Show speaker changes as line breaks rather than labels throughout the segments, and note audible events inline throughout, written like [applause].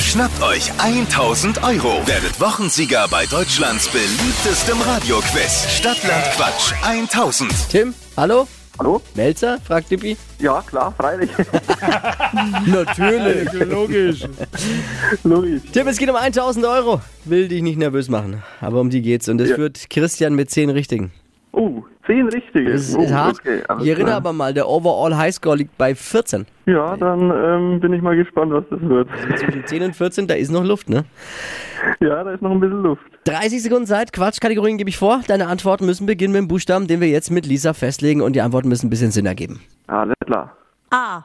Schnappt euch 1000 Euro. Werdet Wochensieger bei Deutschlands beliebtestem Radioquiz. Stadtland Quatsch 1000.
Tim, hallo?
Hallo?
Melzer? fragt Dippi.
Ja, klar, freilich. [laughs]
[laughs] Natürlich.
Logisch.
Logisch.
Tim, es geht um 1000 Euro. Will dich nicht nervös machen, aber um die geht's. Und es
Ja.
führt Christian mit 10 Richtigen.
Oh, zehn richtige.
Das ist,
oh,
ist hart.
okay, alles
ich erinnere
klar.
aber mal, der Overall Highscore liegt bei 14.
Ja, dann ähm, bin ich mal gespannt, was das wird.
[laughs] Zwischen 10 und 14, da ist noch Luft, ne?
Ja, da ist noch ein bisschen Luft.
30 Sekunden Zeit, Quatschkategorien gebe ich vor. Deine Antworten müssen beginnen mit dem Buchstaben, den wir jetzt mit Lisa festlegen und die Antworten müssen ein bisschen Sinn ergeben.
Alles klar.
A.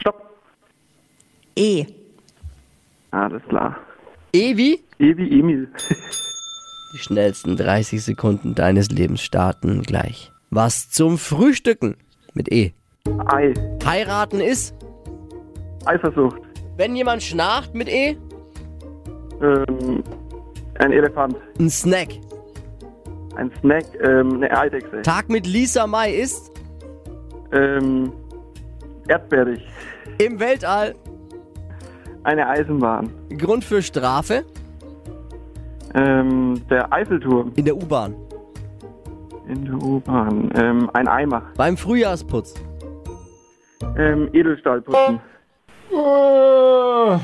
Stopp.
E.
Alles klar.
Evi,
Evi Emil.
E
[laughs]
die schnellsten 30 Sekunden deines Lebens starten gleich. Was zum Frühstücken mit E.
Ei.
Heiraten ist,
Eifersucht.
wenn jemand schnarcht mit E,
Ähm, ein Elefant.
ein Snack.
Ein Snack. Ähm, eine Eidechse.
Tag mit Lisa Mai ist,
Ähm, Erdbeerig.
im Weltall,
Eine Eisenbahn.
Grund für Strafe,
Ähm, der Eiffelturm.
in der U-Bahn,
In der U-Bahn. Ähm, ein Eimer.
beim Frühjahrsputz,
Ähm, Edelstahlputzen.
Äh.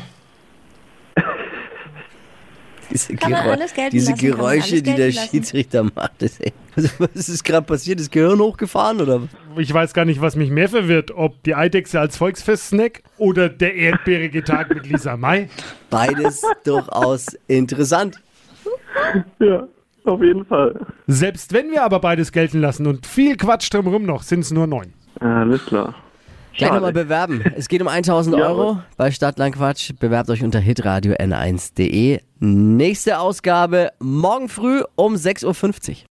Diese,
Kann man
Geräu-
alles gelten
diese
lassen, kann man alles
Geräusche, die
gelten
der
lassen.
Schiedsrichter macht. Das, ey. Also, was ist gerade passiert? Ist Gehirn hochgefahren oder was?
Ich weiß gar nicht, was mich mehr verwirrt, ob die Eidechse als Volksfestsnack oder der erdbeerige Tag mit Lisa May.
[laughs] Beides durchaus interessant.
Ja, auf jeden Fall.
Selbst wenn wir aber beides gelten lassen und viel Quatsch drumherum noch, sind es nur neun.
Alles klar.
Gleich
Schade.
nochmal bewerben. Es geht um 1000
Ja,
Euro bei Stadtlandquatsch. Bewerbt euch unter hitradio n1.de. Nächste Ausgabe morgen früh um 6.50 Uhr.